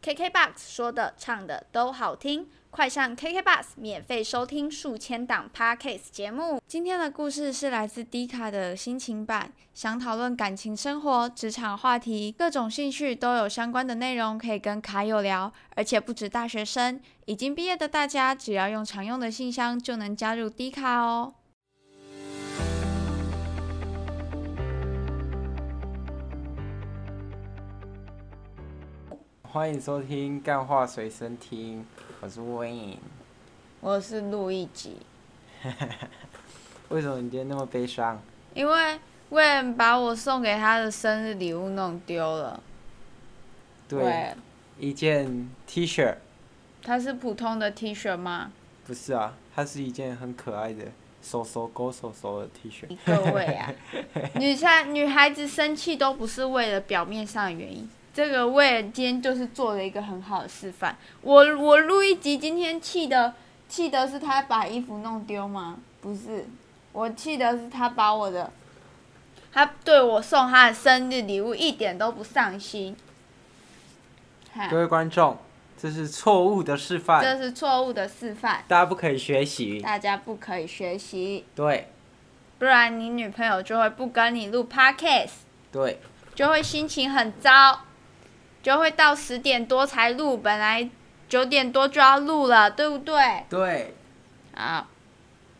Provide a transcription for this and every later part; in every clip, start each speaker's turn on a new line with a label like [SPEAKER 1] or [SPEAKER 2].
[SPEAKER 1] KKBOX 说的、唱的都好听，快上 KKBOX 免费收听数千档 Podcast 节目。今天的故事是来自 D 卡的心情版，想讨论感情生活、职场话题，各种兴趣都有相关的内容可以跟卡友聊，而且不止大学生，已经毕业的大家，只要用常用的信箱就能加入 D 卡哦。
[SPEAKER 2] 欢迎收听《干话随身听》，我是 Wayne。
[SPEAKER 1] 我是录一集，
[SPEAKER 2] 为什么你今天那么悲伤？
[SPEAKER 1] 因为 Wayne 把我送给他的生日礼物弄丢了。
[SPEAKER 2] 对，，一件 T 恤，
[SPEAKER 1] 它是普通的 T 恤吗？
[SPEAKER 2] 不是啊，它是一件很可爱的手手勾手手的 T 恤。
[SPEAKER 1] 各位 啊，女生女孩子生气都不是为了表面上的原因，这个为了今天就是做了一个很好的示范。我我录一集，今天气的气的是他把衣服弄丢吗？不是，我气的是他把我的，他对我送他的生日礼物一点都不上心。哈，
[SPEAKER 2] 各位观众，这是错误的示范，
[SPEAKER 1] 这是错误的示范，
[SPEAKER 2] 大家不可以学习。
[SPEAKER 1] 大家不可以学习，
[SPEAKER 2] 对
[SPEAKER 1] 不然你女朋友就会不跟你录 podcast。
[SPEAKER 2] 对，
[SPEAKER 1] 就会心情很糟，就会到十点多才录，本来九点多就要录了，对不对？
[SPEAKER 2] 对，
[SPEAKER 1] 好，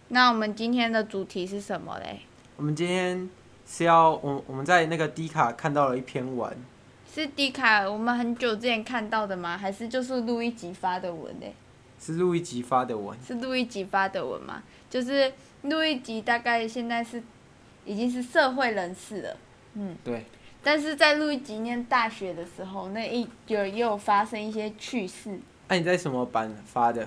[SPEAKER 1] 那我们今天的主题是什么嘞？
[SPEAKER 2] 我们今天是要我我们在那个 D 卡看到了一篇文，
[SPEAKER 1] 是迪卡我们很久之前看到的吗？还是就是录一集发的文嘞？
[SPEAKER 2] 是路易吉发的文，
[SPEAKER 1] 是录一集发的文吗？就是录一集，大概现在是已经是社会人士了。
[SPEAKER 2] 对，
[SPEAKER 1] 但是在录一集念大学的时候，那一有也有发生一些趣事，
[SPEAKER 2] 那、啊你在什么版发的？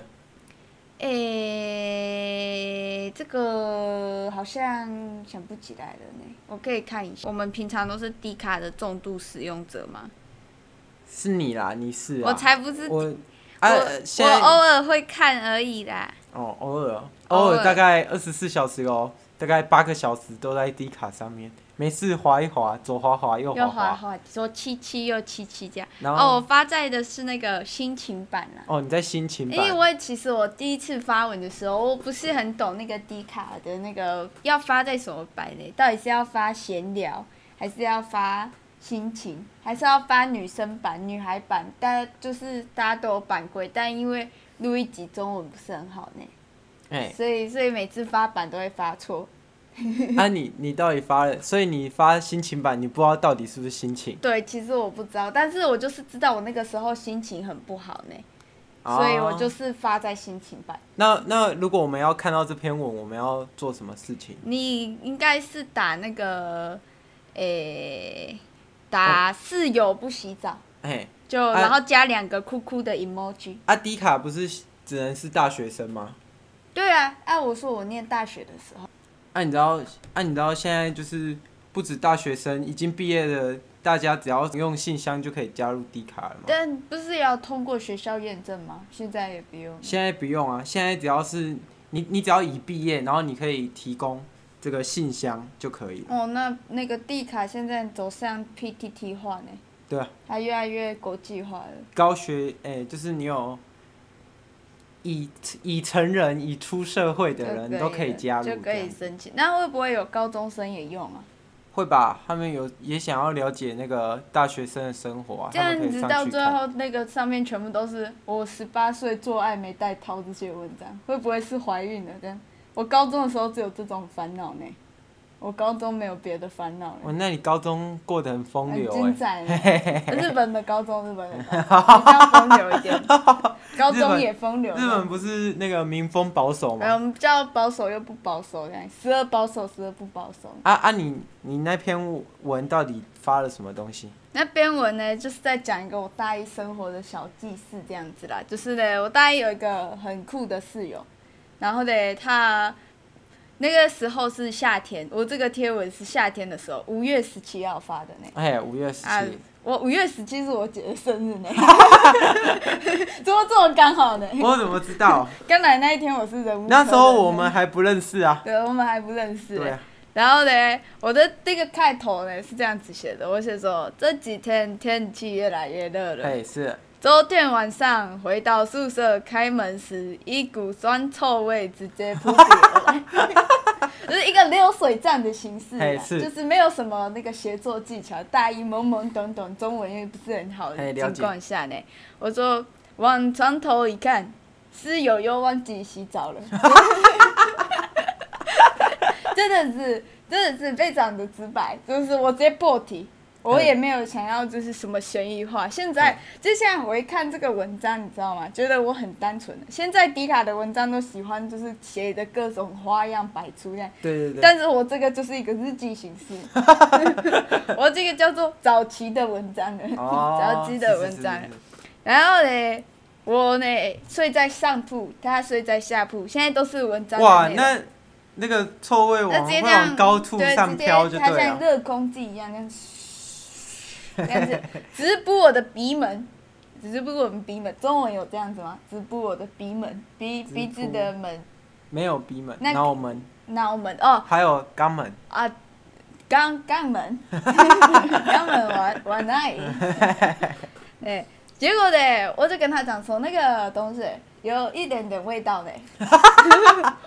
[SPEAKER 1] 诶、这个好像想不起来了呢。我可以看一下。我们平常都是低卡的重度使用者嘛，
[SPEAKER 2] 是你啦，你是啊？
[SPEAKER 1] 我才不是，我
[SPEAKER 2] 我啊，现
[SPEAKER 1] 我哦
[SPEAKER 2] 在
[SPEAKER 1] 偶尔会看而已啦。
[SPEAKER 2] 哦，偶尔哦，
[SPEAKER 1] 偶
[SPEAKER 2] 偶
[SPEAKER 1] 尔
[SPEAKER 2] 尔大概二十四小时哦，大概八个小时都在 D 卡上面，没事滑一滑，左滑滑，右哦滑
[SPEAKER 1] 又滑滑，说七七又七七这样。
[SPEAKER 2] 然后
[SPEAKER 1] 哦，我发在的是那个心情版啦。
[SPEAKER 2] 哦，你在心情
[SPEAKER 1] 因为
[SPEAKER 2] 版，
[SPEAKER 1] 我其实我第一次发文的时候，我不是很懂那个低卡的那个要发在什么版呢？到底是要发闲聊，还是要发心情，还是要发女生版、女孩版？大家就是大家都有版规，但因为录一集中文不是很好呢，
[SPEAKER 2] 哎，
[SPEAKER 1] 所以所以每次发版都会发错。
[SPEAKER 2] 啊你你到底发了？所以你发心情版，你不知道到底是不是心情，
[SPEAKER 1] 对，其实我不知道，但是我就是知道我那个时候心情很不好呢，所以我就
[SPEAKER 2] 哦
[SPEAKER 1] 是发在心情版。
[SPEAKER 2] 那那如果我们要看到这篇文，我们要做什么事情？
[SPEAKER 1] 你应该是打那个，诶、打室友不洗澡，
[SPEAKER 2] 哎，
[SPEAKER 1] 就
[SPEAKER 2] 哦啊
[SPEAKER 1] 然后加两个哭哭的 emoji。
[SPEAKER 2] 啊 D 卡不是只能是大学生吗？
[SPEAKER 1] 对啊，按、我说我念大学的时候，
[SPEAKER 2] 啊，你知道，啊，你知道现在就是不止大学生，已经毕业的大家，只要用信箱就可以加入 D 卡了吗？
[SPEAKER 1] 但不是要通过学校验证吗？现在也不用。
[SPEAKER 2] 现在不用啊，现在只要是你，你只要已毕业，然后你可以提供这个信箱就可以了。
[SPEAKER 1] 哦，那那个地卡现在走向 PTT 化呢，
[SPEAKER 2] 对啊，
[SPEAKER 1] 它越来越国际化了。
[SPEAKER 2] 高学，哎、就是你有已已成人、已出社会的
[SPEAKER 1] 就
[SPEAKER 2] 啊人都可以
[SPEAKER 1] 了
[SPEAKER 2] 加入
[SPEAKER 1] 就
[SPEAKER 2] 这
[SPEAKER 1] 可以
[SPEAKER 2] 样，
[SPEAKER 1] 申请。那会不会有高中生也用啊？
[SPEAKER 2] 会吧？他们有也想要了解那个大学生的生活啊，
[SPEAKER 1] 这
[SPEAKER 2] 他
[SPEAKER 1] 样
[SPEAKER 2] 们可
[SPEAKER 1] 子
[SPEAKER 2] 以
[SPEAKER 1] 到
[SPEAKER 2] 上去
[SPEAKER 1] 最
[SPEAKER 2] 看。
[SPEAKER 1] 后，那个上面全部都是我十八岁做爱没带套这些文章，会不会是怀孕了？这样，我高中的时候只有这种烦恼呢，我高中没有别的烦恼了，
[SPEAKER 2] 哇，那你高中过得很风
[SPEAKER 1] 很
[SPEAKER 2] 流
[SPEAKER 1] 精
[SPEAKER 2] 哎、
[SPEAKER 1] 彩呢。 日本的高中，日本的高中，比较风流一点，高中也风流。
[SPEAKER 2] 日本不是那个民风保守
[SPEAKER 1] 哎，我
[SPEAKER 2] 吗？
[SPEAKER 1] 们比较保守又不保守，这样时而保守，时而不保守。
[SPEAKER 2] 啊啊你！你那篇文到底发了什么东西？
[SPEAKER 1] 那边文呢，就是在讲一个我大一生活的小记事这样子啦。就是呢，我大一有一个很酷的室友，然后呢，他那个时候是夏天，我这个贴文是夏天的时候，五月十七号发的呢。
[SPEAKER 2] 哎，五月十七、
[SPEAKER 1] 啊，我五月十七是我姐的生 日呢，怎么这么刚好 呢？
[SPEAKER 2] 我怎么知道？
[SPEAKER 1] 刚来那一天我是人无可人呢
[SPEAKER 2] 那时候我们还不认识啊。
[SPEAKER 1] 对，我们还不认识、
[SPEAKER 2] 对啊，
[SPEAKER 1] 然后呢，我的这个开头呢是这样子写的，我写说这几天天气越来越热了。
[SPEAKER 2] 哎是，
[SPEAKER 1] 周天晚上回到宿舍开门时，一股酸臭味直接扑鼻而 来，就是一个流水账的形式啦
[SPEAKER 2] 嘿，是
[SPEAKER 1] 就是没有什么那个协作技巧，大一懵懵懂懂，中文又不是很好的
[SPEAKER 2] 嘿了
[SPEAKER 1] 情
[SPEAKER 2] 解
[SPEAKER 1] 况下呢，我就往床头一看，室友又忘记洗澡了，真的是真的是非常的直白，就是我直接破题。我
[SPEAKER 2] 嗯
[SPEAKER 1] 也没有想要就是什么悬疑化。现在，就现在我一看这个文章，你知道吗？觉得我很单纯。现在迪卡的文章都喜欢就是写的各种花样百出这样，
[SPEAKER 2] 对对对，
[SPEAKER 1] 但是我这个就是一个日记形式， 我这个叫做早期的文章了，
[SPEAKER 2] 哦，
[SPEAKER 1] 早期的文章了
[SPEAKER 2] 是。是是
[SPEAKER 1] 然后嘞，我呢睡在上铺，他睡在下铺，现在都是文章
[SPEAKER 2] 是
[SPEAKER 1] 的
[SPEAKER 2] 哇，
[SPEAKER 1] 内容
[SPEAKER 2] 那那个臭味
[SPEAKER 1] 那
[SPEAKER 2] 往
[SPEAKER 1] 直接
[SPEAKER 2] 会
[SPEAKER 1] 这样
[SPEAKER 2] 往高处
[SPEAKER 1] 对
[SPEAKER 2] 上飘就
[SPEAKER 1] 直接它
[SPEAKER 2] 对
[SPEAKER 1] 像
[SPEAKER 2] 了。
[SPEAKER 1] 热空气一样这样，这样子直扑我的鼻门，直扑我们鼻门。中文有这样子吗？直扑我的鼻门，鼻
[SPEAKER 2] 直
[SPEAKER 1] 鼻子
[SPEAKER 2] 扑
[SPEAKER 1] 的门，
[SPEAKER 2] 没有鼻门、
[SPEAKER 1] 那
[SPEAKER 2] 脑门，
[SPEAKER 1] 脑门哦
[SPEAKER 2] 还有肛门。
[SPEAKER 1] 啊，肛肛门，肛门我我那里。 哎，结果呢，我就跟他讲说，那个东西有一点点味 道呢。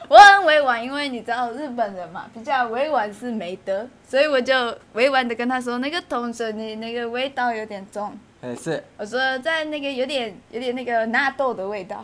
[SPEAKER 1] 我很委婉，因为你知道日本人嘛，比较委婉是美德，所以我就委婉的跟他说，那个同学你那个味道有点重，
[SPEAKER 2] 哎，是
[SPEAKER 1] 我说在那个有点有点那个纳豆的味道。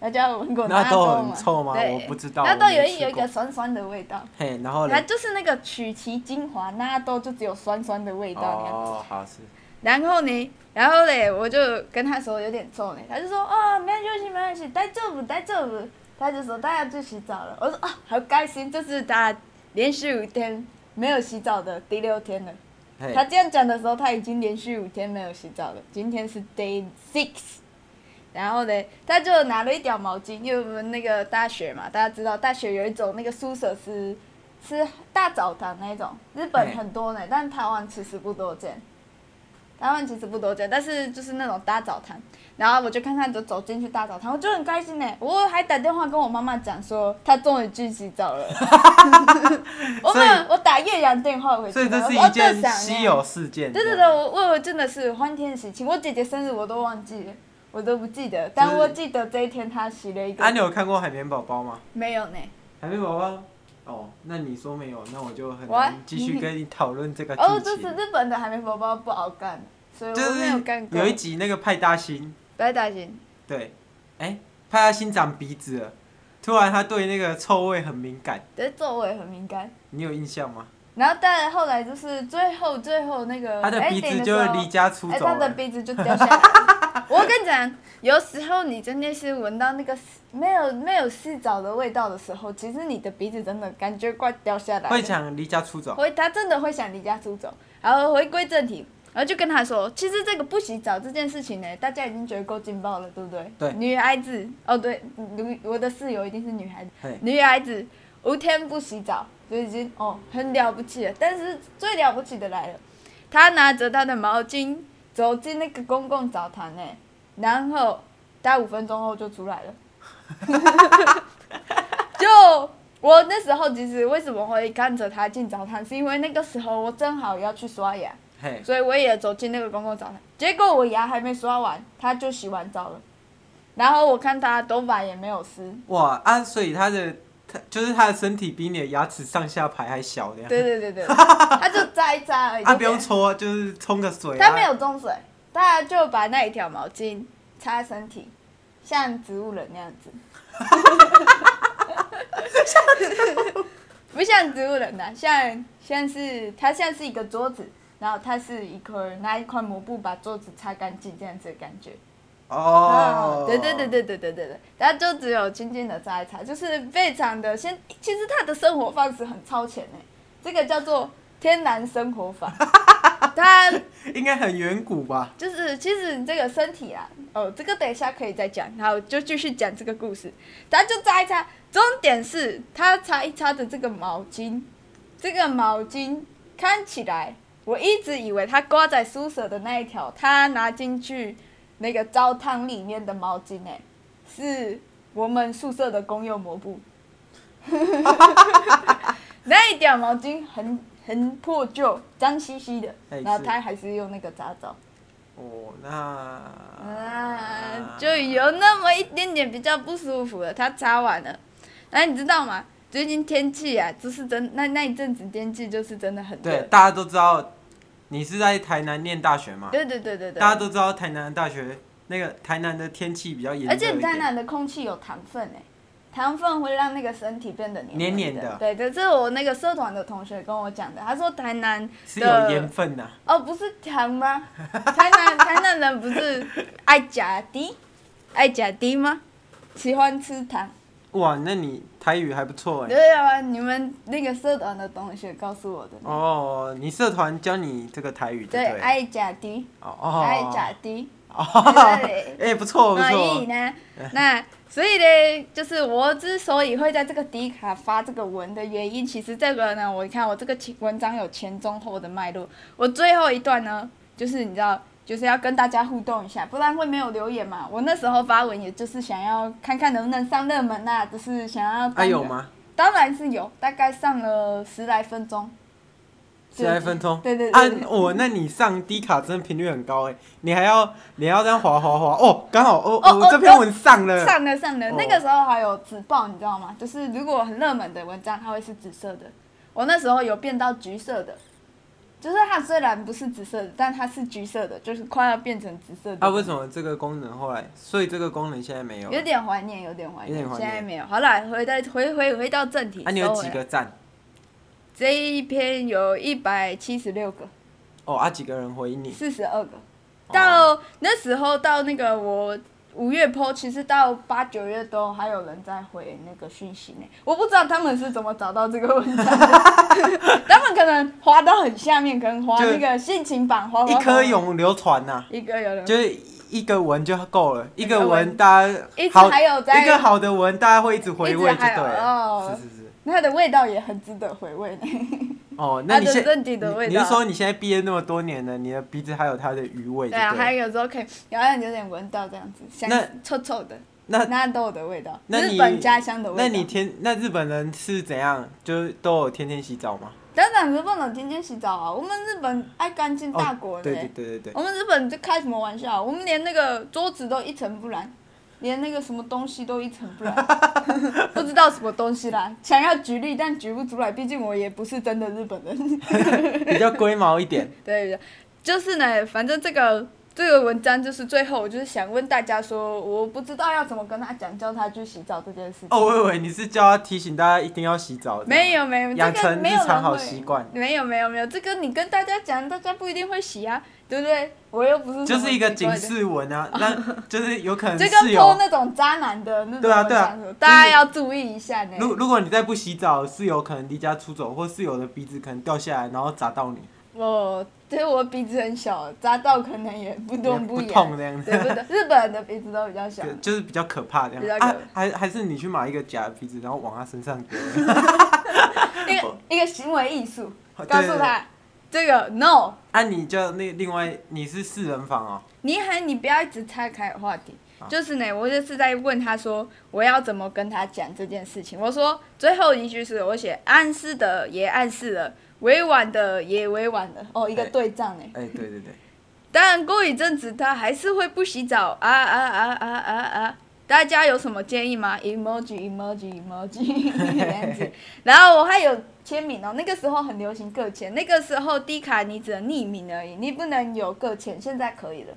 [SPEAKER 1] 大家有闻过
[SPEAKER 2] 纳豆
[SPEAKER 1] 吗？
[SPEAKER 2] 很臭吗
[SPEAKER 1] 对
[SPEAKER 2] 我不知道
[SPEAKER 1] 纳豆有
[SPEAKER 2] 我没
[SPEAKER 1] 一
[SPEAKER 2] 吃
[SPEAKER 1] 有一个
[SPEAKER 2] 过
[SPEAKER 1] 酸酸的味道。
[SPEAKER 2] 嘿，然后
[SPEAKER 1] 它
[SPEAKER 2] 呢？
[SPEAKER 1] 就是那个取其精华，纳豆就只有酸酸的味道那样。
[SPEAKER 2] 哦，好是，
[SPEAKER 1] 然后呢，然后嘞，我就跟他说有点臭呢，他就说哦，没关系，没关系，大丈夫，大丈夫。他就说大家去洗澡了，我说啊，好开心，这是他连续五天没有洗澡的第六天了。
[SPEAKER 2] 嘿
[SPEAKER 1] 他，这样讲的时候，他已经连续五天没有洗澡了，今天是 day six。然后呢，他就拿了一条毛巾，因为我们那个大学嘛，大家知道大学有一种那个宿舍是是大澡堂那一种，日本
[SPEAKER 2] 嘿
[SPEAKER 1] 很多呢，但台湾其实不多见。台湾其实不多见，但是就是那种大澡堂，然后我就看他就走进去大澡堂，我就很开心呢，我还打电话跟我妈妈讲说他终于去洗澡 了。我
[SPEAKER 2] 所以
[SPEAKER 1] 们我打岳阳电话回去，
[SPEAKER 2] 所以这
[SPEAKER 1] 我
[SPEAKER 2] 是
[SPEAKER 1] 说哦
[SPEAKER 2] 一件
[SPEAKER 1] 对想
[SPEAKER 2] 稀
[SPEAKER 1] 呢
[SPEAKER 2] 有事件。
[SPEAKER 1] 对对
[SPEAKER 2] 这
[SPEAKER 1] 对，
[SPEAKER 2] 样，
[SPEAKER 1] 我我真的是欢天喜庆，我姐姐生日我都忘记了，我都不记得，但
[SPEAKER 2] 是
[SPEAKER 1] 我记得这一天她洗了一个。
[SPEAKER 2] 啊，你有看过海绵宝宝吗？
[SPEAKER 1] 没有呢。
[SPEAKER 2] 海绵宝宝，哦，那你说没有，那我就很
[SPEAKER 1] 我
[SPEAKER 2] 难继续跟你讨论这个剧
[SPEAKER 1] 哦，就是
[SPEAKER 2] 情。
[SPEAKER 1] 日本的海绵宝宝不好看，所以
[SPEAKER 2] 就
[SPEAKER 1] 我没有看
[SPEAKER 2] 是
[SPEAKER 1] 过。
[SPEAKER 2] 有一集那个派大星，
[SPEAKER 1] 不要担心，
[SPEAKER 2] 对，哎，派大星长鼻子了，突然他对那个臭味很敏感，
[SPEAKER 1] 对皱纹很敏感。
[SPEAKER 2] 你有印象吗？
[SPEAKER 1] 然后但后来就是最后最后呃那个
[SPEAKER 2] 他的鼻
[SPEAKER 1] ending
[SPEAKER 2] 子
[SPEAKER 1] 的
[SPEAKER 2] 就
[SPEAKER 1] 时候
[SPEAKER 2] 离家出
[SPEAKER 1] 哎，
[SPEAKER 2] 走
[SPEAKER 1] 他的
[SPEAKER 2] 了。
[SPEAKER 1] 鼻子就掉下来了。我跟你 讲，有时候你真的是闻到那个没有没有洗澡的味道的时候，其实你的鼻子真的感觉快掉下来了。
[SPEAKER 2] 会想离家出走，
[SPEAKER 1] 会，他真的会想离家出走。然后回归正题，然后就跟他说，其实这个不洗澡这件事情呢，大家已经觉得够劲爆了，对不对？
[SPEAKER 2] 对
[SPEAKER 1] 女孩子，哦对，女我的室友一定是女孩子，
[SPEAKER 2] 嘿，
[SPEAKER 1] 女孩子无天不洗澡就已经哦很了不起了。但是最了不起的来了，她拿着她的毛巾走进那个公共澡堂呢，然后大概五分钟后就出来了。 就我那时候其实为什么会看着她进澡堂，是因为那个时候我正好要去刷牙，
[SPEAKER 2] 嘿，
[SPEAKER 1] 所以我也走进那个公共澡堂，结果我牙还没刷完，她就洗完澡了。然后我看她头发也没有湿，
[SPEAKER 2] 哇啊，所以他的他就是他的身体比你的牙齿上下排还小的呀。
[SPEAKER 1] 对对对 对，他就扎一扎而已。
[SPEAKER 2] 啊，
[SPEAKER 1] 就
[SPEAKER 2] 不
[SPEAKER 1] 这样
[SPEAKER 2] 用搓，就是冲个水、啊。
[SPEAKER 1] 他没有中水，他就把那一条毛巾擦身体，像植物人那样 子。不像植物人呐、啊像像是它像是一个桌子，然后它是一块拿一块抹布把桌子擦干净这样子的感觉。
[SPEAKER 2] 哦
[SPEAKER 1] 啊，对对对，对对对对对，他就只有轻轻的擦一擦，就是非常的先。其实他的生活方式很超前诶，这个叫做天然生活法。他
[SPEAKER 2] 应该很远古吧？
[SPEAKER 1] 就是其实你这个身体啊，哦，这个等一下可以再讲，然后就继续讲这个故事。他就擦一擦，重点是他擦一擦的这个毛巾，这个毛巾看起来，我一直以为他挂在宿舍的那一条，他拿进去那个澡堂里面的毛巾、欸，是我们宿舍的公用抹 布。那一条毛巾很很破旧，脏兮兮的，
[SPEAKER 2] 哎
[SPEAKER 1] 然后
[SPEAKER 2] 是
[SPEAKER 1] 他还是用那个擦澡。
[SPEAKER 2] 哦，那
[SPEAKER 1] 啊，就有那么一点点比较不舒服了。他擦完了，然后你知道吗？最近天气啊，就是真那那一阵子天气就是真的很
[SPEAKER 2] 对
[SPEAKER 1] 热。
[SPEAKER 2] 大家都知道，你是在台南念大学嘛？
[SPEAKER 1] 对对对对对。
[SPEAKER 2] 大家都知道台南的大学那个台南的天气比较炎热
[SPEAKER 1] 而
[SPEAKER 2] 一点，
[SPEAKER 1] 且台南的空气有糖分哎、糖分会让那个身体变得黏
[SPEAKER 2] 黏黏
[SPEAKER 1] 的
[SPEAKER 2] 的。
[SPEAKER 1] 对，这是我那个社团的同学跟我讲的，他说台南
[SPEAKER 2] 是有盐分呐、
[SPEAKER 1] 哦不是糖吗？台 南台南人不是爱假的，爱假的吗？喜欢吃糖。
[SPEAKER 2] 哇，那你台语还不错哎、
[SPEAKER 1] 对啊，你们那个社团的同学告诉我的。
[SPEAKER 2] 哦，你社团教你这个台语就
[SPEAKER 1] 对，
[SPEAKER 2] 对了。
[SPEAKER 1] 爱假的，
[SPEAKER 2] 哦哦，
[SPEAKER 1] 爱假的。
[SPEAKER 2] 哦，
[SPEAKER 1] 对
[SPEAKER 2] 哎、不错不
[SPEAKER 1] 所以
[SPEAKER 2] 错，
[SPEAKER 1] 呢，那所以呢，就是我之所以会在这个迪卡发这个文的原因，其实这个呢，我看我这个前文章有前中后的脉络，我最后一段呢，就是你知道，就是要跟大家互动一下，不然会没有留言嘛。我那时候发文也就是想要看看能不能上热门呐、就是想要。
[SPEAKER 2] 还、哎有？吗？
[SPEAKER 1] 当然是有，大概上了十来分钟。
[SPEAKER 2] 十来分钟，
[SPEAKER 1] 对对对对
[SPEAKER 2] 啊，我、那你上低卡真的频率很高哎、你还要你还要这样滑滑滑哦，刚好哦
[SPEAKER 1] 哦
[SPEAKER 2] 哦
[SPEAKER 1] 哦
[SPEAKER 2] 这篇文上了，
[SPEAKER 1] 上的上的，
[SPEAKER 2] 哦
[SPEAKER 1] 那个时候还有紫报，你知道吗？就是如果很热门的文章，它会是紫色的。我那时候有变到橘色的，就是它虽然不是紫色的，但它是橘色的，就是快要变成紫色的。
[SPEAKER 2] 啊，为什么这个功能后来，所以这个功能现在没有了？
[SPEAKER 1] 有点怀念，有点怀
[SPEAKER 2] 有
[SPEAKER 1] 念，
[SPEAKER 2] 点怀
[SPEAKER 1] 现
[SPEAKER 2] 念
[SPEAKER 1] 在没有。好了，回到回回回到正题。
[SPEAKER 2] 啊，你有
[SPEAKER 1] 收
[SPEAKER 2] 几
[SPEAKER 1] 回来？
[SPEAKER 2] 个赞？
[SPEAKER 1] 这一篇有一百七十六个，
[SPEAKER 2] 哦，啊，几个人回应你？
[SPEAKER 1] 四十二个。
[SPEAKER 2] 哦
[SPEAKER 1] 到、那时候到那个我五月 PO，其实到八九月都还有人在回那个讯息呢。我不知道他们是怎么找到这个 文章的，他们可能滑到很下面，可能滑
[SPEAKER 2] 就
[SPEAKER 1] 那个性情版，滑滑
[SPEAKER 2] 一
[SPEAKER 1] 滑
[SPEAKER 2] 颗，永流传呐、
[SPEAKER 1] 一颗有人，
[SPEAKER 2] 就是一个文就够了，一
[SPEAKER 1] 哦个
[SPEAKER 2] 个
[SPEAKER 1] 文
[SPEAKER 2] 文大家
[SPEAKER 1] 一直
[SPEAKER 2] 好
[SPEAKER 1] 还有在
[SPEAKER 2] 一个好的文，大家会一直回味
[SPEAKER 1] 一
[SPEAKER 2] 就
[SPEAKER 1] 直还
[SPEAKER 2] 对
[SPEAKER 1] 有哦
[SPEAKER 2] 了。是是是。
[SPEAKER 1] 那它的味道也很值得回味 呢。
[SPEAKER 2] 哦，
[SPEAKER 1] 它
[SPEAKER 2] 那你
[SPEAKER 1] 的
[SPEAKER 2] 现
[SPEAKER 1] 正经的味
[SPEAKER 2] 你
[SPEAKER 1] 道
[SPEAKER 2] 你是说你现在毕业那么多年了，你的鼻子还有它的余味就
[SPEAKER 1] 对啊，还
[SPEAKER 2] 了？
[SPEAKER 1] 有有时候可以，然后有点闻到这样子，香
[SPEAKER 2] 那
[SPEAKER 1] 臭臭的
[SPEAKER 2] 那
[SPEAKER 1] 纳豆的味道，
[SPEAKER 2] 那
[SPEAKER 1] 日
[SPEAKER 2] 你
[SPEAKER 1] 本家乡的味道。
[SPEAKER 2] 那你天那日本人是怎样？就是都有天天洗澡吗？
[SPEAKER 1] 当然是不能天天洗澡啊，我们日本爱干净大国
[SPEAKER 2] 哦，
[SPEAKER 1] 呢。
[SPEAKER 2] 对对对对对。
[SPEAKER 1] 我们日本在开什么玩笑？我们连那个桌子都一尘不染，连那个什么东西都一尘 不染，不知道什么东西啦。想要举例，但举不出来，毕竟我也不是真的日本人。
[SPEAKER 2] 比较龟毛一点。
[SPEAKER 1] 对，就是呢，反正这个这个文章就是最后，我就是想问大家说，我不知道要怎么跟他讲，叫他去洗澡这件事情。
[SPEAKER 2] 哦，我以为你是叫他提醒大家一定要洗澡。
[SPEAKER 1] 没
[SPEAKER 2] 有。
[SPEAKER 1] 有没有，这
[SPEAKER 2] 养
[SPEAKER 1] 个
[SPEAKER 2] 成
[SPEAKER 1] 没
[SPEAKER 2] 日
[SPEAKER 1] 有人
[SPEAKER 2] 常好
[SPEAKER 1] 会
[SPEAKER 2] 习惯
[SPEAKER 1] 没有没有没有，这个你跟大家讲，大家不一定会洗啊，对不对？我又不是什
[SPEAKER 2] 就
[SPEAKER 1] 么
[SPEAKER 2] 是一个
[SPEAKER 1] 奇怪
[SPEAKER 2] 警
[SPEAKER 1] 的
[SPEAKER 2] 示文啊， 那就是有可能
[SPEAKER 1] 就跟
[SPEAKER 2] 室
[SPEAKER 1] 泼
[SPEAKER 2] 友，
[SPEAKER 1] 那种渣男的那种
[SPEAKER 2] 对啊对啊
[SPEAKER 1] 文章说大家要注意一下呢。
[SPEAKER 2] 如如果你再不洗澡，室友可能离家出走，或室友的鼻子可能掉下来，然后砸到你，
[SPEAKER 1] 我哦对我鼻子很小，扎到可能也不
[SPEAKER 2] 也
[SPEAKER 1] 痛
[SPEAKER 2] 不
[SPEAKER 1] 痒，
[SPEAKER 2] 痛这样子，
[SPEAKER 1] 对 不对？日本人的鼻子都比较小
[SPEAKER 2] 就，就是比较可怕这
[SPEAKER 1] 比
[SPEAKER 2] 样
[SPEAKER 1] 较
[SPEAKER 2] 啊
[SPEAKER 1] 可，
[SPEAKER 2] 还还是你去买一个假的鼻子，然后往他身上丢，
[SPEAKER 1] 一个一个行为艺术，
[SPEAKER 2] 哦对
[SPEAKER 1] 告诉他这个 no，
[SPEAKER 2] 啊，你就那另外你是四人房哦，
[SPEAKER 1] 你很，你不要一直岔开话题。就是呢，我就是在问他说，我要怎么跟他讲这件事情。我说最后一句是我写暗示的也暗示了，委婉的也委婉了，哦，一个
[SPEAKER 2] 哎
[SPEAKER 1] 对仗呢。
[SPEAKER 2] 哎，对对对，
[SPEAKER 1] 当然过一阵子他还是会不洗澡啊啊啊啊啊啊！大家有什么建议吗？emoji emoji emoji 这样子。然后我还有签名哦，那个时候很流行个签，那个时候低卡你只能匿名而已，你不能有个签，现在可以了。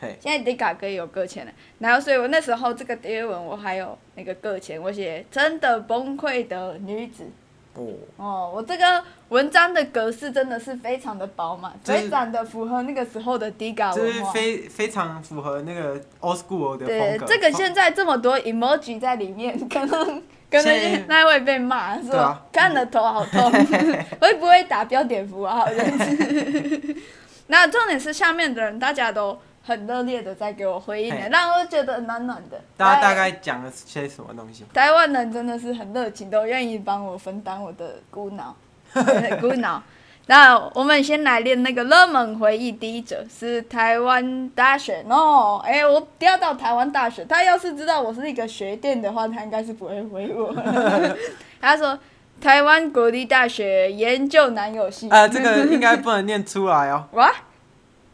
[SPEAKER 2] 嘿，
[SPEAKER 1] 现在迪卡哥也有个签了，然后所以我那时候这个贴文我还有那个个签，我写真的崩溃的女子
[SPEAKER 2] 哦，
[SPEAKER 1] 哦，我这个文章的格式真的是非常的饱满，
[SPEAKER 2] 就是
[SPEAKER 1] 非常的符合那个时候的迪卡
[SPEAKER 2] 就
[SPEAKER 1] 文
[SPEAKER 2] 是
[SPEAKER 1] 化。
[SPEAKER 2] 非非常符合那个 old school 的
[SPEAKER 1] 对
[SPEAKER 2] 风，格，
[SPEAKER 1] 这个现在这么多 emoji 在里面， 可能可能
[SPEAKER 2] 现在
[SPEAKER 1] 那会被骂说、
[SPEAKER 2] 对啊
[SPEAKER 1] 看了头好 痛，会不会打标点符啊号这样子？ 那重点是下面的人大家都很热烈的在给我回应呢
[SPEAKER 2] 嘿，
[SPEAKER 1] 让我觉得暖暖的。
[SPEAKER 2] 大家大
[SPEAKER 1] 哎
[SPEAKER 2] 概讲了些什么东西？
[SPEAKER 1] 台湾人真的是很热情，都愿意帮我分担我的苦恼， 对苦恼。那我们先来练那个热门回忆第一则，是台湾大学。no，哎、我调到台湾大学，他要是知道我是一个学电的话，他应该是不会回我。 他说台湾国立大学研究男友系。
[SPEAKER 2] 啊啊，这个应该不能念出来哦。
[SPEAKER 1] 哇，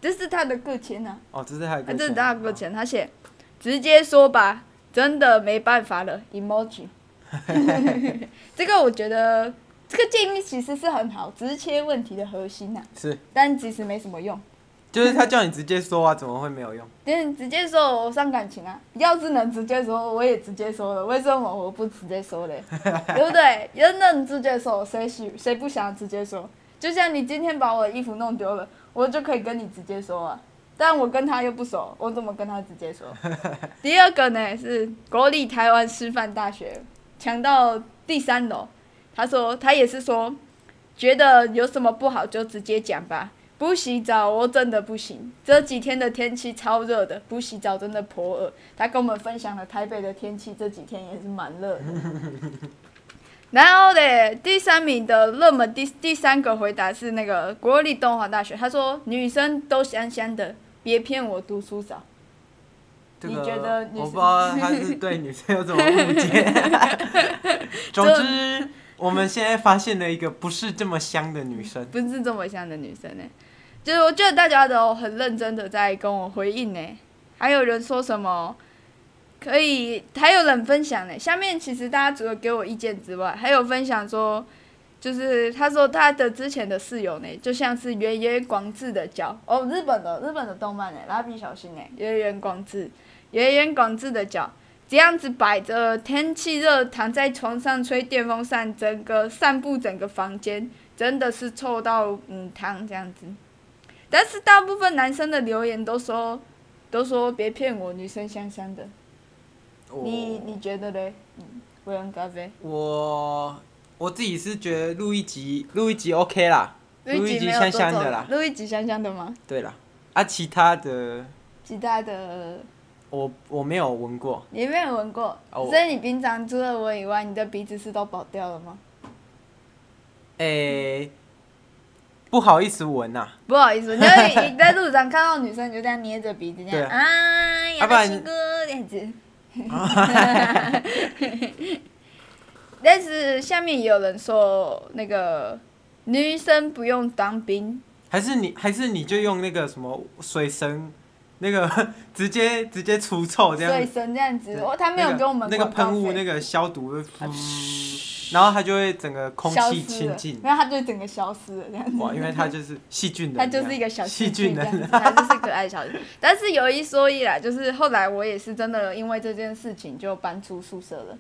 [SPEAKER 1] 这是他的个签呐、
[SPEAKER 2] 哦，这是他
[SPEAKER 1] 啊，
[SPEAKER 2] 的歌
[SPEAKER 1] 这是
[SPEAKER 2] 词
[SPEAKER 1] 他的个签，他写直接说吧，真的没办法了，emoji。这个我觉得这个建议其实是很好，直切问题的核心呐、
[SPEAKER 2] 哦是，
[SPEAKER 1] 但其实没什么用。
[SPEAKER 2] 就是他叫你直接说啊，怎么会没有用？
[SPEAKER 1] 你直接说我伤感情啊！要是能直接说，我也直接说了，为什么我不直接说嘞？对不对？人能直接说，谁喜谁不想直接说？就像你今天把我的衣服弄丢了，我就可以跟你直接说啊。但我跟他又不熟，我怎么跟他直接说？第二个呢是国立台湾师范大学抢到第三楼，他说他也是说，觉得有什么不好就直接讲吧，不洗澡我真的不行，这几天的天气超热的，不洗澡真的颇饿。他跟我们分享了台北的天气，这几天也是蛮热的。然后嘞，第三名的热门第第三个回答是那个国立东华大学，他说女生都香香的，别骗我读书少。
[SPEAKER 2] 这
[SPEAKER 1] 你
[SPEAKER 2] 个
[SPEAKER 1] 觉得女
[SPEAKER 2] 我
[SPEAKER 1] 生
[SPEAKER 2] 不知道他是对女生有什么误 解。总之，我们现在发现了一个不是这么香的女生。
[SPEAKER 1] 不是这么像的女生呢、欸就是我觉得大家都很认真的在跟我回应呢、还有人说什么可以，还有人分享呢、欸下面其实大家除了给我意见之外，还有分享说，就是他说他的之前的室友呢、就像是原野广志的脚哦，日本的日本的动漫呢、欸蜡笔小新呢、原野广志，原野广志的脚。这样子摆着，天气热，躺在床上吹电风扇，整个散步整个房间，真的是臭到嗯汤这样子。但是大部分男生的留言都说，都说别骗我，女生香香的。
[SPEAKER 2] 我
[SPEAKER 1] 你你觉得嘞？嗯，我用咖啡。
[SPEAKER 2] 我我自己是觉得录一集录一集 OK 啦，录一集
[SPEAKER 1] 没有多
[SPEAKER 2] 香香的
[SPEAKER 1] 走
[SPEAKER 2] 啦
[SPEAKER 1] 录一集香香的吗？
[SPEAKER 2] 对啦，啊，其他的
[SPEAKER 1] 其他的
[SPEAKER 2] 我我没有闻过，
[SPEAKER 1] 你没有闻过，
[SPEAKER 2] 哦
[SPEAKER 1] 所以你平常除了我以外，你的鼻子是都保掉了吗？
[SPEAKER 2] 诶、不好意思闻啊呐、
[SPEAKER 1] 不好意思，因为你在路上看到女生，你就这样捏着鼻子这
[SPEAKER 2] 对
[SPEAKER 1] 样，
[SPEAKER 2] 啊
[SPEAKER 1] 哎呀，
[SPEAKER 2] 啊不然啊
[SPEAKER 1] 那是哥这样子。 但是下面也有人说，那个女生不用当兵，
[SPEAKER 2] 还是你还是你就用那个什么水神，那个 直接直接除臭这
[SPEAKER 1] 所以
[SPEAKER 2] 样。
[SPEAKER 1] 神这样子，
[SPEAKER 2] 对
[SPEAKER 1] 哦，他没有给我们
[SPEAKER 2] 那个那个喷雾，那
[SPEAKER 1] 个
[SPEAKER 2] 个消毒
[SPEAKER 1] 啊
[SPEAKER 2] 会噗，然后它就会整个空气 清净。
[SPEAKER 1] 然后他就整个消失了这样子。
[SPEAKER 2] 哇，因为它就是细菌人，
[SPEAKER 1] 他就是一个小
[SPEAKER 2] 细
[SPEAKER 1] 菌
[SPEAKER 2] 菌
[SPEAKER 1] 这样
[SPEAKER 2] 人。
[SPEAKER 1] 子，他就是可爱小菌。但是有一说一啦，就是后来我也是真的因为这件事情就搬出宿舍了，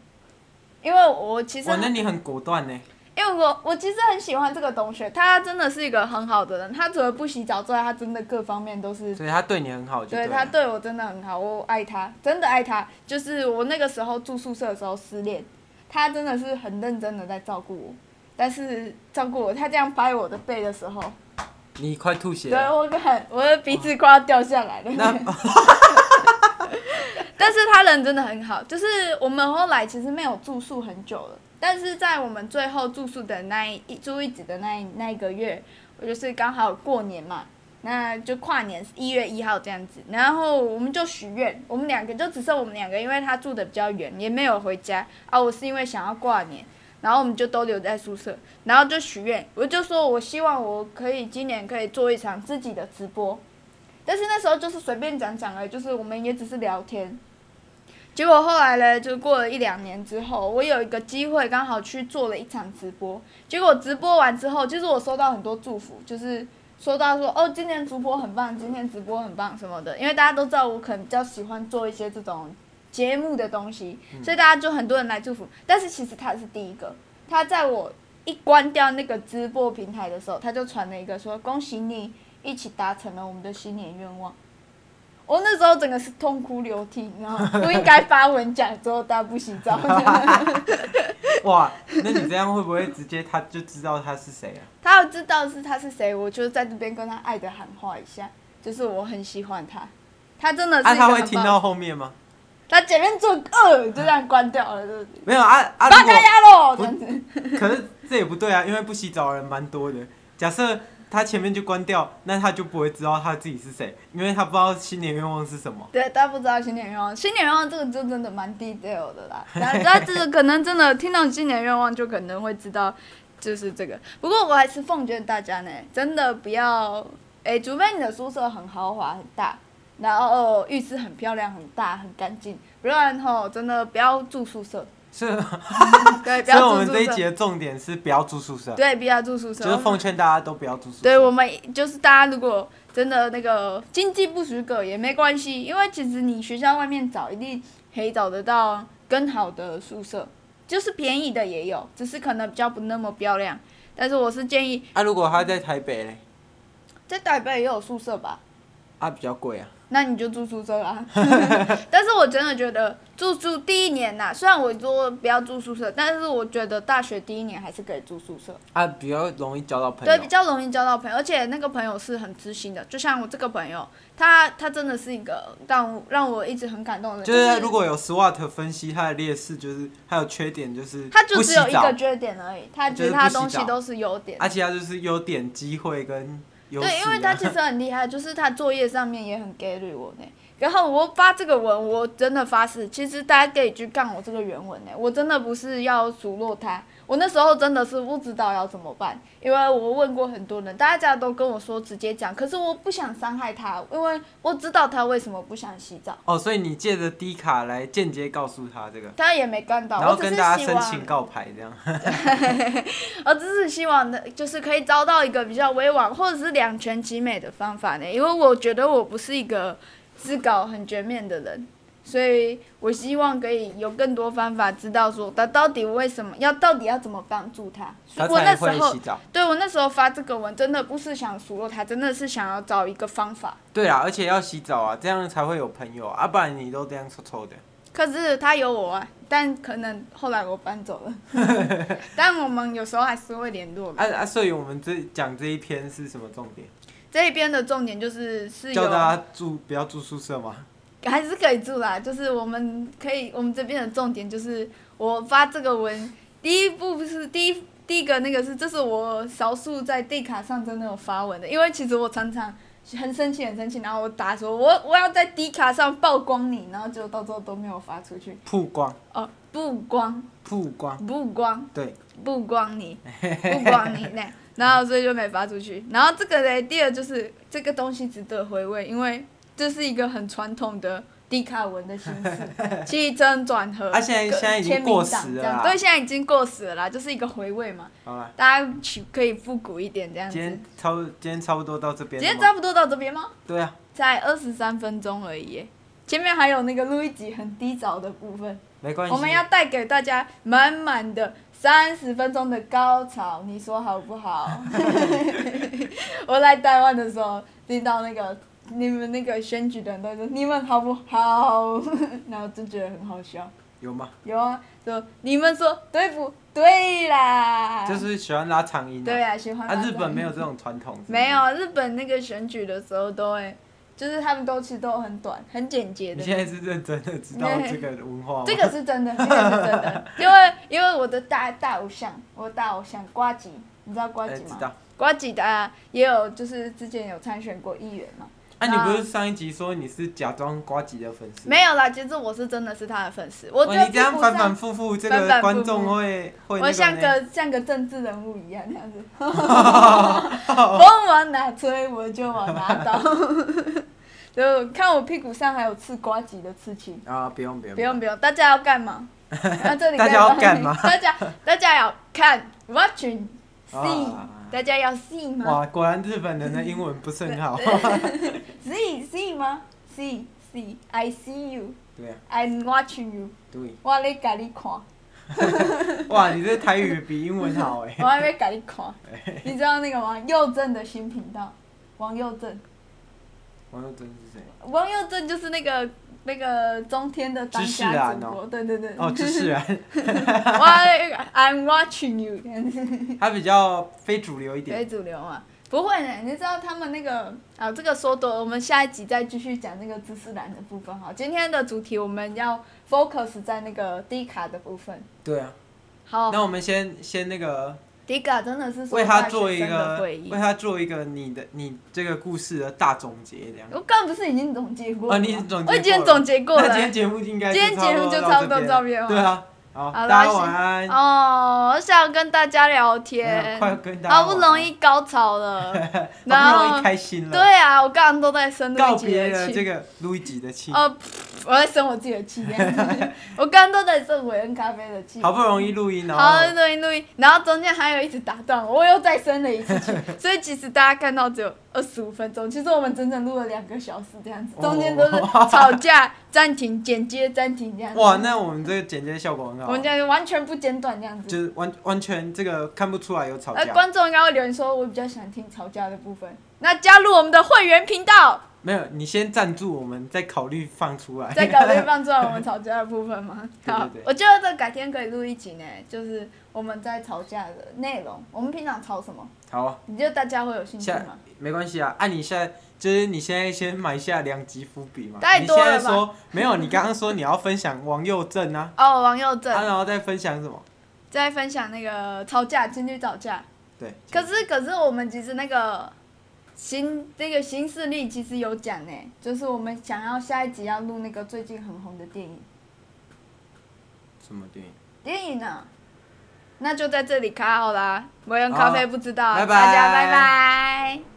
[SPEAKER 1] 因为我其实
[SPEAKER 2] 哦哇，那你很果断呢。
[SPEAKER 1] 因为我我其实很喜欢这个同学，他真的是一个很好的人，他除了不洗澡之外，他真的各方面都是
[SPEAKER 2] 所以他对你很好就
[SPEAKER 1] 对
[SPEAKER 2] 了
[SPEAKER 1] 他对我真的很好，我爱他，真的爱他。就是我那个时候住宿舍的时候失恋，他真的是很认真的在照顾我，但是照顾我，他这样拍我的背的时候，
[SPEAKER 2] 你快吐血
[SPEAKER 1] 对啊
[SPEAKER 2] 了。
[SPEAKER 1] 我感我的鼻子快要掉下来了。
[SPEAKER 2] 那
[SPEAKER 1] 但是他人真的很好，就是我们后来其实没有住宿很久了，但是在我们最后住宿的那一住一集的那一那一个月，我就是刚好过年嘛，那就跨年一月一号这样子，然后我们就许愿，我们两个就只剩我们两个，因为他住的比较远，也没有回家啊，我是因为想要跨年。然后我们就都留在宿舍，然后就许愿，我就说我希望我可以今年可以做一场自己的直播，但是那时候就是随便讲讲而已，就是我们也只是聊天。结果后来呢，就过了一两年之后，我有一个机会刚好去做了一场直播。结果直播完之后，其实我收到很多祝福，就是收到说哦，今天直播很棒，今天直播很棒什么的。因为大家都知道我可能比较喜欢做一些这种节目的东西，所以大家就很多人来祝福。但是其实他是第一个，他在我一关掉那个直播平台的时候，他就传了一个说恭喜你一起达成了我们的新年愿望。我那时候整个是痛哭流涕，你知道吗？ 不应该发文讲说大家不洗澡。
[SPEAKER 2] 哇，那你这样会不会直接他就知道他是谁啊了？
[SPEAKER 1] 他要知道是他是谁，我就在这边跟他爱的喊话一下，就是我很喜欢他，他真的是
[SPEAKER 2] 啊，
[SPEAKER 1] 一个
[SPEAKER 2] 他
[SPEAKER 1] 很
[SPEAKER 2] 会
[SPEAKER 1] 棒
[SPEAKER 2] 听到后面吗？
[SPEAKER 1] 他前面做呃就这样关掉了，就是
[SPEAKER 2] 没有啊啊！
[SPEAKER 1] 八嘎
[SPEAKER 2] 如果
[SPEAKER 1] 呀喽这
[SPEAKER 2] 不
[SPEAKER 1] 样子。
[SPEAKER 2] 可是这也不对啊，因为不洗澡的人蛮多的。假设他前面就关掉，那他就不会知道他自己是谁，因为他不知道新年愿望是什么。
[SPEAKER 1] 对，大家不知道新年愿望，新年愿望这个就真的蛮 detail 的啦。然后，但这个可能真的听到新年愿望，就可能会知道就是这个。不过我还是奉劝大家呢，真的不要哎、除非你的宿舍很豪华很大，然后、呃浴室很漂亮很大很干净，不然吼真的不要住宿舍。
[SPEAKER 2] 是，
[SPEAKER 1] 对，不
[SPEAKER 2] 所以
[SPEAKER 1] 要
[SPEAKER 2] 我
[SPEAKER 1] 住
[SPEAKER 2] 们
[SPEAKER 1] 宿
[SPEAKER 2] 这一
[SPEAKER 1] 舍。
[SPEAKER 2] 集的重点是不要住宿舍，
[SPEAKER 1] 对，不要住宿舍。
[SPEAKER 2] 就是奉劝大家都不要住宿舍。
[SPEAKER 1] 对我们就是大家如果真的那个经济不许可也没关系，因为其实你学校外面找一定可以找得到更好的宿舍，就是便宜的也有，只是可能比较不那么漂亮。但是我是建议
[SPEAKER 2] 啊，如果他在台北嘞，
[SPEAKER 1] 在台北也有宿舍吧，
[SPEAKER 2] 啊比较贵啊。
[SPEAKER 1] 那你就住宿舍啦。 但是我真的觉得住宿第一年呐、虽然我说不要住宿舍，但是我觉得大学第一年还是可以住宿舍。
[SPEAKER 2] 啊，比较容易交到朋
[SPEAKER 1] 对，比
[SPEAKER 2] 友。
[SPEAKER 1] 较容易交到朋友，而且那个朋友是很知心的。就像我这个朋友，他他真的是一个让我让我一直很感动的人。
[SPEAKER 2] 就
[SPEAKER 1] 就是
[SPEAKER 2] 如果有 SWOT 分析它的劣势，就是还有缺点，就是
[SPEAKER 1] 他就
[SPEAKER 2] 不
[SPEAKER 1] 只
[SPEAKER 2] 洗
[SPEAKER 1] 有一
[SPEAKER 2] 澡啊
[SPEAKER 1] 个缺点而已，他
[SPEAKER 2] 就
[SPEAKER 1] 其
[SPEAKER 2] 是
[SPEAKER 1] 他
[SPEAKER 2] 不洗
[SPEAKER 1] 东西
[SPEAKER 2] 澡
[SPEAKER 1] 都是优点。
[SPEAKER 2] 而且它就是优点、机会跟优势、啊。
[SPEAKER 1] 对，因为 他其实很厉害，就是他作业上面也很给力我呢。然后我发这个文，我真的发誓，其实大家可以去看我这个原文呢，我真的不是要数落他，我那时候真的是不知道要怎么办，因为我问过很多人，大家都跟我说直接讲，可是我不想伤害他，因为我知道他为什么不想洗澡，
[SPEAKER 2] 哦，所以你借着低卡来间接告诉他这个，
[SPEAKER 1] 他也没干到，
[SPEAKER 2] 然后
[SPEAKER 1] 啊我只
[SPEAKER 2] 跟
[SPEAKER 1] 是
[SPEAKER 2] 大家
[SPEAKER 1] 希
[SPEAKER 2] 申
[SPEAKER 1] 望啊
[SPEAKER 2] 请告牌这样。
[SPEAKER 1] 我只是希望的，就是可以找到一个比较委婉或者是两全其美的方法呢，因为我觉得我不是一个自搞很全面的人，所以我希望可以有更多方法知道说他到底为什么要到底要怎么帮助他。
[SPEAKER 2] 他
[SPEAKER 1] 我那
[SPEAKER 2] 才
[SPEAKER 1] 时
[SPEAKER 2] 会
[SPEAKER 1] 候
[SPEAKER 2] 洗澡。
[SPEAKER 1] 对我那时候发这个文，真的不是想数落他，真的是想要找一个方法。
[SPEAKER 2] 对啊，而且要洗澡啊，这样才会有朋友啊，啊不然你都这样臭臭的。
[SPEAKER 1] 可是他有我啊，但可能后来我搬走了， 但我们有时候还是会联络的。
[SPEAKER 2] 啊啊，所以我们这讲这一篇是什么重点？
[SPEAKER 1] 这边的重点就是是
[SPEAKER 2] 叫
[SPEAKER 1] 有
[SPEAKER 2] 大家住不要住宿舍吗？
[SPEAKER 1] 还是可以住啦，就是我们可以，我们这边的重点就是我发这个文，第一步是第一第一个那个是，这是我少数在地卡上真的有发文的，因为其实我常常很生气很生气，然后我打说我我要在地卡上曝光你，然后结果到最后都没有发出去，
[SPEAKER 2] 曝光，
[SPEAKER 1] 哦，不光
[SPEAKER 2] 曝光，
[SPEAKER 1] 不光
[SPEAKER 2] 对，
[SPEAKER 1] 不光你，不光你那，然后所以就没发出去。然后这个嘞，第二就是这个东西值得回味，因为这是一个很传统的迪卡文的形 式，起承转合。
[SPEAKER 2] 啊现在现在已经
[SPEAKER 1] 签名
[SPEAKER 2] 过
[SPEAKER 1] 档
[SPEAKER 2] 时
[SPEAKER 1] 这
[SPEAKER 2] 了
[SPEAKER 1] 样
[SPEAKER 2] 啦
[SPEAKER 1] 对，现在已经过时了啦，就是一个回味嘛，
[SPEAKER 2] 好了，
[SPEAKER 1] 大家去可以复古一点这样子。
[SPEAKER 2] 今天差不今天差不多到这边
[SPEAKER 1] 今天
[SPEAKER 2] 了吗。
[SPEAKER 1] 差不多到这边吗？
[SPEAKER 2] 对啊，
[SPEAKER 1] 才二十三分钟而已耶，前面还有那个录一集很低潮的部分。
[SPEAKER 2] 没关系。
[SPEAKER 1] 我们要带给大家满满的三十分钟的高潮，你说好不 好？我来台湾的时候，听到那个你们那个选举的人都说你们好不好， 然后就觉得很好笑。
[SPEAKER 2] 有吗？
[SPEAKER 1] 有啊，就你们说对不对啦？
[SPEAKER 2] 就是喜欢拉长音、啊。
[SPEAKER 1] 哦对啊，喜欢
[SPEAKER 2] 啊，
[SPEAKER 1] 拉
[SPEAKER 2] 日本
[SPEAKER 1] 丁
[SPEAKER 2] 没有这种传统。是不是
[SPEAKER 1] 没。有日本那个选举的时候都会，就是他们都其实都很短，很简洁
[SPEAKER 2] 你
[SPEAKER 1] 的。
[SPEAKER 2] 现在是认真的知道这个文化吗？
[SPEAKER 1] 这个是真的，这个是真 的，因为因为我的大大偶像，我的大偶像瓜吉，你知道瓜
[SPEAKER 2] 哎
[SPEAKER 1] 吉
[SPEAKER 2] 知
[SPEAKER 1] 吗？
[SPEAKER 2] 道。
[SPEAKER 1] 瓜吉的、啊、也有就是之前有参选过议员嘛，那
[SPEAKER 2] 啊，你不是上一集说你是假装瓜吉的粉丝？
[SPEAKER 1] 没有啦，其实我是真的是他的粉丝，我觉
[SPEAKER 2] 哇，
[SPEAKER 1] 得
[SPEAKER 2] 嗯哦你这样
[SPEAKER 1] 比不
[SPEAKER 2] 反
[SPEAKER 1] 上
[SPEAKER 2] 反复复，这
[SPEAKER 1] 反
[SPEAKER 2] 个
[SPEAKER 1] 反复复
[SPEAKER 2] 观众会会那
[SPEAKER 1] 我像
[SPEAKER 2] 个呢
[SPEAKER 1] 个像个政治人物一样那样 子，风往哪吹我就往哪倒， 就看我屁股上还有刺瓜吉的刺青。
[SPEAKER 2] 啊，不用不用
[SPEAKER 1] 不用不用，大家要干 嘛？那这里
[SPEAKER 2] 大家要干嘛
[SPEAKER 1] 大家大家要看 watching see，、
[SPEAKER 2] 啊
[SPEAKER 1] 大家要 see 吗
[SPEAKER 2] 哇，果然日本人的英文不是很好。
[SPEAKER 1] ？see see 吗？see see I see you
[SPEAKER 2] 对啊，
[SPEAKER 1] I'm watching you，
[SPEAKER 2] 对。
[SPEAKER 1] 我咧甲你 看，我
[SPEAKER 2] 哇，你这台语比英文好哎。
[SPEAKER 1] 咧甲你看。你知道那个吗？佑正的新频道，王佑正，
[SPEAKER 2] 王佑真是谁？
[SPEAKER 1] 王佑正就是那个那个中天的当
[SPEAKER 2] 知识
[SPEAKER 1] 家
[SPEAKER 2] 啊
[SPEAKER 1] 主播，
[SPEAKER 2] 喏
[SPEAKER 1] 对对对。
[SPEAKER 2] 哦，知识啊然，
[SPEAKER 1] 我咧 I'm watching you 这样子。
[SPEAKER 2] 他比较非主流一
[SPEAKER 1] 非
[SPEAKER 2] 点。
[SPEAKER 1] 主流嘛，不会呢。你知道他们那个啊，这个说多了，我们下一集再继续讲那个知识栏的部分哈。今天的主题我们要 focus 在那个低卡的部分。
[SPEAKER 2] 对啊，
[SPEAKER 1] 好，
[SPEAKER 2] 那我们先先那个
[SPEAKER 1] 低卡真的是所
[SPEAKER 2] 为
[SPEAKER 1] 有
[SPEAKER 2] 他
[SPEAKER 1] 哦大
[SPEAKER 2] 做
[SPEAKER 1] 学
[SPEAKER 2] 一
[SPEAKER 1] 生的
[SPEAKER 2] 个
[SPEAKER 1] 回
[SPEAKER 2] 为
[SPEAKER 1] 忆。
[SPEAKER 2] 他做一个你的你这个故事的大总结这样。
[SPEAKER 1] 我刚刚不是已经总结过了吗？
[SPEAKER 2] 啊，你已经总结过了
[SPEAKER 1] 我已经总结过
[SPEAKER 2] 那
[SPEAKER 1] 了
[SPEAKER 2] 今。天节目应该
[SPEAKER 1] 今天节目就差不多到
[SPEAKER 2] 到这
[SPEAKER 1] 这边
[SPEAKER 2] 边
[SPEAKER 1] 了
[SPEAKER 2] 了对啊，好好，
[SPEAKER 1] 好啦
[SPEAKER 2] 大家晚安。
[SPEAKER 1] 哦，我想跟大家聊
[SPEAKER 2] 没
[SPEAKER 1] 天
[SPEAKER 2] 有，哎快跟大家
[SPEAKER 1] 好不容
[SPEAKER 2] 晚
[SPEAKER 1] 易高潮了，然
[SPEAKER 2] 安，好
[SPEAKER 1] 后
[SPEAKER 2] 不容易开心了，
[SPEAKER 1] 对啊，我刚刚都在生
[SPEAKER 2] 告
[SPEAKER 1] 自己
[SPEAKER 2] 别
[SPEAKER 1] 的
[SPEAKER 2] 了
[SPEAKER 1] 气，
[SPEAKER 2] 这个录一集的气，
[SPEAKER 1] 哦，噗我在生我自己的气， 这样子我刚刚都在生韦恩咖啡的气。
[SPEAKER 2] 好不容易录音，然
[SPEAKER 1] 好，
[SPEAKER 2] 后
[SPEAKER 1] 录音录音，然后中间还有一直打断我，我又再生了一次 气，所以其实大家看到只有二十五分钟，其实我们整整录了两个小时这样
[SPEAKER 2] 哦
[SPEAKER 1] 子，中间都是吵架、 暂停、剪接、暂停这样子。
[SPEAKER 2] 哇，那我们这个剪接效果很
[SPEAKER 1] 嗯我
[SPEAKER 2] 好
[SPEAKER 1] 们，这样完全不间断这样子。
[SPEAKER 2] 就是完完全这个看不出来有吵
[SPEAKER 1] 呃，
[SPEAKER 2] 架，
[SPEAKER 1] 观众应该会留言说，我比较喜欢听吵架的部分。那加入我们的会员频道，
[SPEAKER 2] 没有，你先赞助我们，再考虑放 出来。
[SPEAKER 1] 再搞对放出来我们吵架的部分吗？
[SPEAKER 2] 对对
[SPEAKER 1] 好
[SPEAKER 2] 对，
[SPEAKER 1] 我觉得这改天可以录一集呢，就是我们在吵架的内容，我们平常吵什么，
[SPEAKER 2] 好，
[SPEAKER 1] 你觉得大家会有兴趣
[SPEAKER 2] 下
[SPEAKER 1] 吗？
[SPEAKER 2] 没关系啊，按、你现在就是你现在先埋下两级伏笔嘛。
[SPEAKER 1] 太多了吧
[SPEAKER 2] 你现在说没有，你刚刚说你要分享王佑 正啊，
[SPEAKER 1] 哦，王佑
[SPEAKER 2] 啊，
[SPEAKER 1] 正
[SPEAKER 2] 然后再分享什么？
[SPEAKER 1] 在分享那个吵架，情侣吵架。
[SPEAKER 2] 对，
[SPEAKER 1] 可是可是我们其实那个新那个新势力其实有讲呢，就是我们想要下一集要录那个最近很红的电影。
[SPEAKER 2] 什么电影？
[SPEAKER 1] 电影呢？那就在这里卡好啦，我用咖啡不知道，
[SPEAKER 2] 好拜拜
[SPEAKER 1] 大家拜拜。